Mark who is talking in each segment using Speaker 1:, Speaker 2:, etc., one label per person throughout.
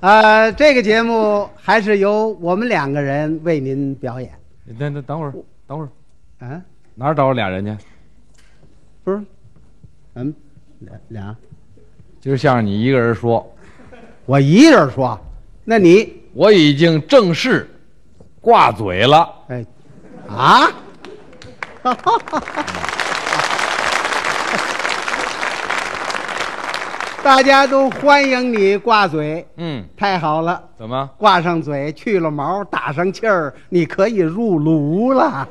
Speaker 1: 呃，这个节目还是由我们两个人为您表演。
Speaker 2: 等等等会儿，等会儿，
Speaker 1: 嗯，
Speaker 2: 哪儿找我俩人去？
Speaker 1: 不是，嗯，俩俩，
Speaker 2: 今儿相声你一个人说，
Speaker 1: 我一人说，那你，
Speaker 2: 我已经正式挂嘴了。
Speaker 1: 哎，啊， 大家都欢迎你挂嘴，
Speaker 2: 嗯，
Speaker 1: 太好了。
Speaker 2: 怎么？
Speaker 1: 挂上嘴，去了毛，打上气儿，你可以入炉了。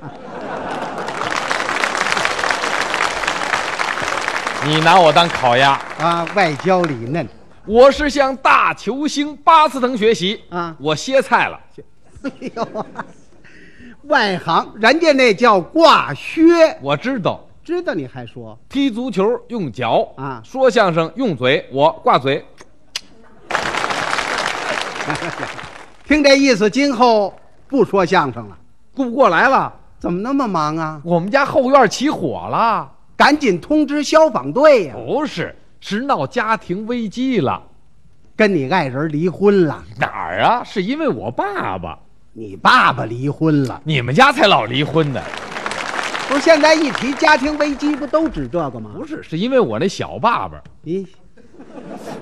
Speaker 2: 你拿我当烤鸭？
Speaker 1: 啊，外焦里嫩，
Speaker 2: 我是向大球星巴斯滕学习
Speaker 1: 啊
Speaker 2: 我歇菜了。
Speaker 1: 哎呦，外行人家那叫挂靴，
Speaker 2: 我知道
Speaker 1: 知道你还说
Speaker 2: 踢足球用脚
Speaker 1: 啊
Speaker 2: 说相声用嘴，我挂嘴。
Speaker 1: 听这意思，今后不说相声了，
Speaker 2: 顾不过来了，
Speaker 1: 怎么那么忙啊？
Speaker 2: 我们家后院起火了。
Speaker 1: 赶紧通知消防队呀、
Speaker 2: 不是，是闹家庭危机了。
Speaker 1: 跟你爱人离婚了，
Speaker 2: 哪儿啊？是因为我爸爸，
Speaker 1: 你爸爸离婚了，
Speaker 2: 你们家才老离婚呢。
Speaker 1: 不是？现在一提家庭危机，不都指这个吗？
Speaker 2: 不是，是因为我那小爸爸，
Speaker 1: 咦，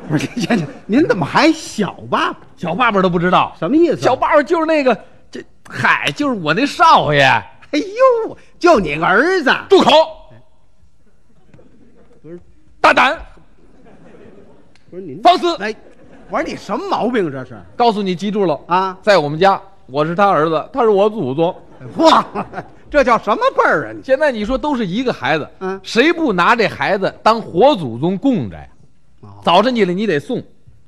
Speaker 1: 不是，先生，您怎么还小爸爸？
Speaker 2: 小爸爸都不知道
Speaker 1: 什么意思？
Speaker 2: 小爸爸就是那个，这嗨，就是我那少爷。
Speaker 1: 哎呦，就你儿子，
Speaker 2: 住口！
Speaker 1: 不是
Speaker 2: 大胆，
Speaker 1: 不是您
Speaker 2: 放肆！
Speaker 1: 哎，我说你什么毛病这是
Speaker 2: 告诉你，记住了，
Speaker 1: 啊？
Speaker 2: 在我们家，我是他儿子，他是我祖宗。
Speaker 1: 嚯，这叫什么辈儿啊你？
Speaker 2: 现在你说都是一个孩子，
Speaker 1: 嗯
Speaker 2: 谁不拿这孩子当活祖宗供着呀？
Speaker 1: 哦
Speaker 2: 早晨起来你得送，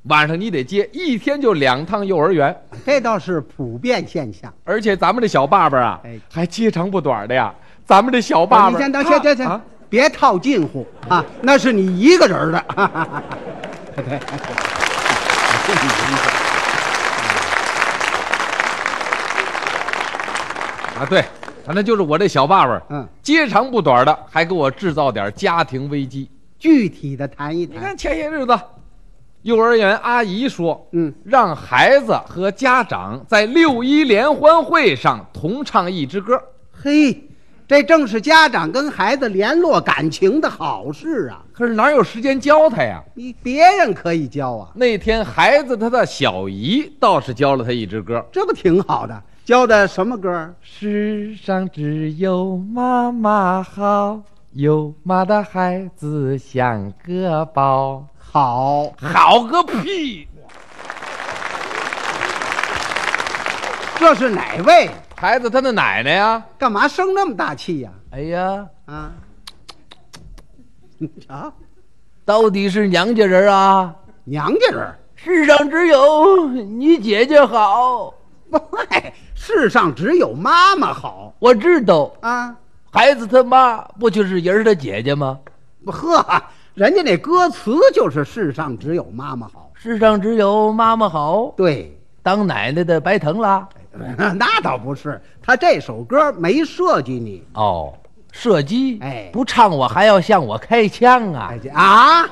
Speaker 2: 晚上你得接，一天就两趟幼儿园。
Speaker 1: 这倒是普遍现象。
Speaker 2: 而且咱们这小爸爸啊，
Speaker 1: 哎
Speaker 2: 还接长不短的呀。咱们这小爸爸，
Speaker 1: 你先等，
Speaker 2: 他
Speaker 1: 先先先
Speaker 2: 啊，
Speaker 1: 别套近乎啊，那是你一个人儿的。
Speaker 2: 啊，对，反正就是我这小爸爸，
Speaker 1: 嗯，
Speaker 2: 接长不短的，还给我制造点家庭危机。
Speaker 1: 具体的谈一
Speaker 2: 你
Speaker 1: 谈。
Speaker 2: 看前些日子，幼儿园阿姨说，
Speaker 1: 嗯，
Speaker 2: 让孩子和家长在六一联欢会上同唱一支歌。
Speaker 1: 嘿，这正是家长跟孩子联络感情的好事啊！
Speaker 2: 可是哪有时间教他呀？
Speaker 1: 你别人可以教啊，
Speaker 2: 那天孩子他的小姨倒是教了他一支歌，
Speaker 1: 这不挺好的？教的什么歌儿？
Speaker 2: 世上只有妈妈好，有妈的孩子像个宝。
Speaker 1: 好，
Speaker 2: 好个屁！
Speaker 1: 这是哪位？
Speaker 2: 孩子他的奶奶呀，
Speaker 1: 干嘛生那么大气呀、
Speaker 2: 哎呀，
Speaker 1: 啊？ 你瞧，
Speaker 2: 到底是娘家人啊？
Speaker 1: 娘家人儿，
Speaker 2: 世上只有你姐姐好。
Speaker 1: 不哎， 世上只有妈妈好
Speaker 2: 我知道，
Speaker 1: 啊！
Speaker 2: 孩子他妈不就是人儿的姐姐吗？
Speaker 1: 不 呵，人家那歌词就是“世上只有妈妈好
Speaker 2: 世上只有妈妈好”。，
Speaker 1: 对，哎
Speaker 2: 当奶奶的白疼啦。
Speaker 1: 那倒不是，他这首歌没设计你。
Speaker 2: 哦，射击，
Speaker 1: 哎
Speaker 2: 不唱我还要向我开枪啊！
Speaker 1: 哎这啊，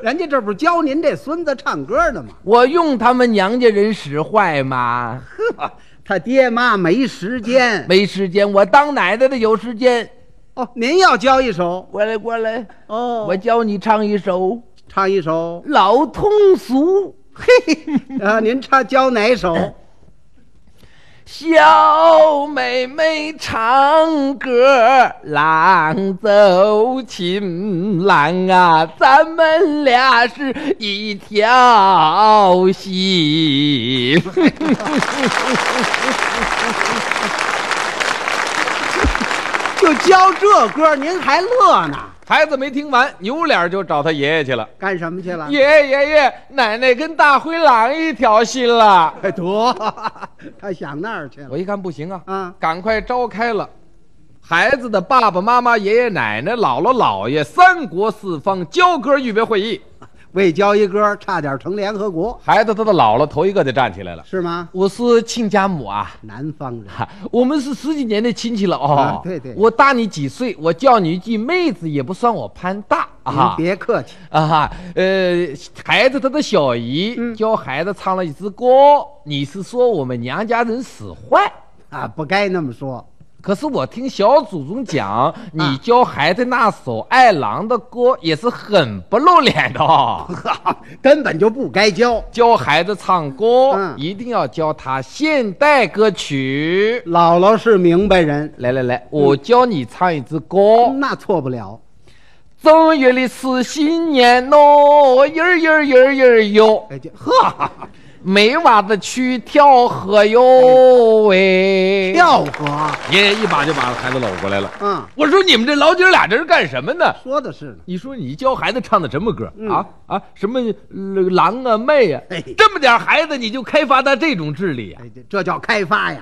Speaker 1: 人家这不是教您这孙子唱歌呢吗？
Speaker 2: 我用他们娘家人使坏吗？
Speaker 1: 呵，他爹妈没时间。
Speaker 2: 没时间，我当奶奶的有时间。
Speaker 1: 哦，您要教一首
Speaker 2: 过来过来，
Speaker 1: 哦，
Speaker 2: 我教你唱一首
Speaker 1: 唱一首。
Speaker 2: 老通俗。
Speaker 1: 嘿，啊，您唱教哪首？
Speaker 2: 小妹妹唱歌，郎奏琴郎啊，咱们俩是一条心。
Speaker 1: 就教这歌，您还乐呢？
Speaker 2: 孩子没听完，扭脸就找他爷爷去了。
Speaker 1: 干什么去了？
Speaker 2: 爷爷爷爷，奶奶跟大灰狼一条心了。
Speaker 1: 哎，得，他想那儿去了
Speaker 2: 我一看不行啊，
Speaker 1: 啊！
Speaker 2: 赶快召开了孩子的爸爸妈妈、爷爷奶奶、姥姥姥爷三国四方交歌预备会议。
Speaker 1: 为交一哥差点成联合国，
Speaker 2: 孩子他都老了，头一个就站起来了。
Speaker 1: 是吗？
Speaker 2: 我是亲家母啊，
Speaker 1: 南方人，
Speaker 2: 哈我们是十几年的亲戚了哦。
Speaker 1: 啊对对
Speaker 2: 我大你几岁，我叫你一句妹子也不算我攀大啊
Speaker 1: 您。别客气，
Speaker 2: 啊哈，呃，孩子他的小姨、
Speaker 1: 嗯
Speaker 2: 教孩子唱了一支歌，你是说我们娘家人使坏？
Speaker 1: 啊，不该那么说。
Speaker 2: 可是我听小祖宗讲，你教孩子那首《爱郎》的歌也是很不露脸 的哦。
Speaker 1: 根本就不该教。
Speaker 2: 教孩子唱歌，
Speaker 1: 嗯
Speaker 2: 一定要教他现代歌曲。
Speaker 1: 姥姥是明白人，
Speaker 2: 来来来，我教你唱一支歌。
Speaker 1: 那错不了。
Speaker 2: 正月里是新年喽，人儿人儿人儿人儿哟，
Speaker 1: 哎，这呵，
Speaker 2: 没娃子去跳河哟喂。
Speaker 1: 跳河，
Speaker 2: 哎爷爷一把就把孩子搂过来了。
Speaker 1: 嗯，
Speaker 2: 我说你们这老姐儿俩这是干什么呢？
Speaker 1: 说的是呢。
Speaker 2: 你说你教孩子唱的什么歌、
Speaker 1: 嗯
Speaker 2: 啊啊？什么呃郎啊妹啊
Speaker 1: 哎？
Speaker 2: 这么点孩子你就开发他这种智力啊？
Speaker 1: 哎，这这叫开发呀。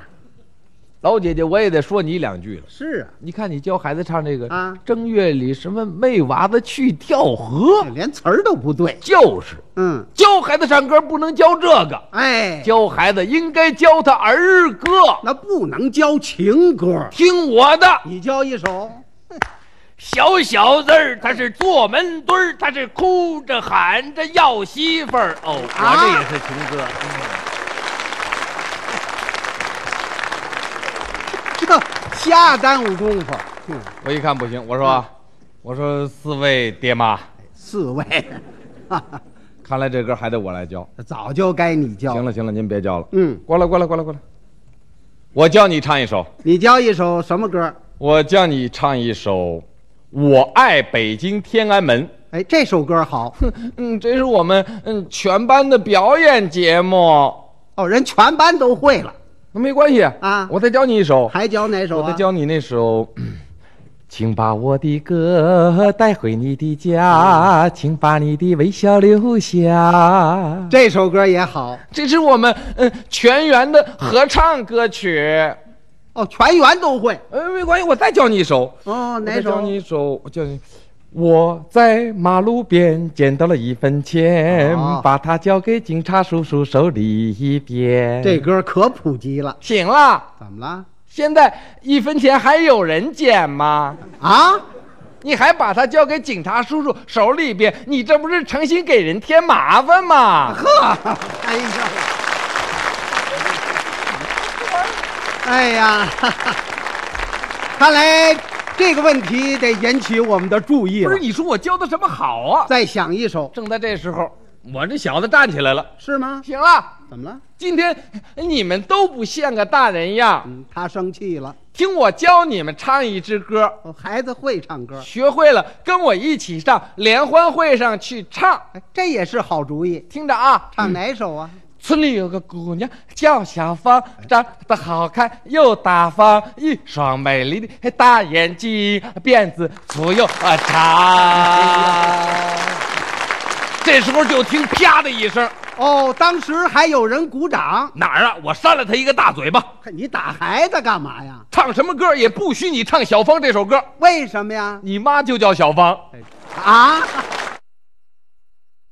Speaker 2: 老姐姐，我也得说你两句了。
Speaker 1: 是啊，
Speaker 2: 你看你教孩子唱这个
Speaker 1: 啊
Speaker 2: 正月里什么妹娃子去跳河
Speaker 1: 这，连词儿都不对。
Speaker 2: 就是
Speaker 1: 嗯，
Speaker 2: 教孩子唱歌不能教这个，
Speaker 1: 哎，
Speaker 2: 教孩子应该教他儿歌，
Speaker 1: 那不能教情歌，
Speaker 2: 听我的。
Speaker 1: 你教一首。
Speaker 2: 小小子儿，他是坐门墩儿，他是哭着喊着要媳妇儿。哦，我这也是情歌。
Speaker 1: 这瞎耽误功夫。嗯，
Speaker 2: 我一看不行，我说，我说四位爹妈，
Speaker 1: 四位， 哈哈，
Speaker 2: 看来这歌还得我来教。
Speaker 1: 早就该你教。
Speaker 2: 行了行了，您别教了。
Speaker 1: 嗯，
Speaker 2: 过来过来过来过来，我教你唱一首。
Speaker 1: 你教一首什么歌？
Speaker 2: 我叫你唱一首《我爱北京天安门》。
Speaker 1: 哎，这首歌好。
Speaker 2: 嗯，这是我们嗯全班的表演节目。
Speaker 1: 哦，人全班都会了，
Speaker 2: 那没关系
Speaker 1: 啊
Speaker 2: 我再教你一首，
Speaker 1: 还教哪首
Speaker 2: 我再
Speaker 1: 啊？
Speaker 2: 教你那首。请把我的歌带回你的家，请把你的微笑留下。
Speaker 1: 这首歌也好。
Speaker 2: 这是我们嗯全员的合唱歌曲。
Speaker 1: 哦，全员都会。
Speaker 2: 呃，没关系，我再教你一首。
Speaker 1: 哦，
Speaker 2: 我
Speaker 1: 哪
Speaker 2: 再教
Speaker 1: 首？
Speaker 2: 你一首，我教你。我在马路边捡到了一分钱，
Speaker 1: 哦
Speaker 2: 把它交给警察叔叔手里边。
Speaker 1: 这歌可普及了，
Speaker 2: 行了，
Speaker 1: 怎么了？
Speaker 2: 现在一分钱还有人捡吗？
Speaker 1: 啊，
Speaker 2: 你还把它交给警察叔叔手里边，你这不是诚心给人添麻烦吗？
Speaker 1: 哎呀，哎呀， 哈哈看来这个问题得引起我们的注意
Speaker 2: 不
Speaker 1: 了
Speaker 2: 是，。你说我教的什么好啊？
Speaker 1: 再想一首，
Speaker 2: 正在这时候，我这小子站起来了。
Speaker 1: 是吗？
Speaker 2: 行了，
Speaker 1: 怎么了？
Speaker 2: 今天你们都不像个大人样。
Speaker 1: 嗯，他生气了。
Speaker 2: 听我教你们唱一支歌，
Speaker 1: 哦，孩子会唱歌，
Speaker 2: 学会了跟我一起上联欢会上去唱。
Speaker 1: 哎，这也是好主意。
Speaker 2: 听着啊，
Speaker 1: 唱哪首啊？
Speaker 2: 村里有个姑娘叫小芳，长得好看又大方，一双美丽的大眼睛，辫子粗又啊长。这时候就听啪的一声，
Speaker 1: 哦，当时还有人鼓掌。
Speaker 2: 哪儿啊？我扇了他一个大嘴巴。
Speaker 1: 看你打孩子干嘛呀？
Speaker 2: 唱什么歌也不许你唱小芳这首歌，
Speaker 1: 为什么呀？
Speaker 2: 你妈就叫小芳。
Speaker 1: 啊！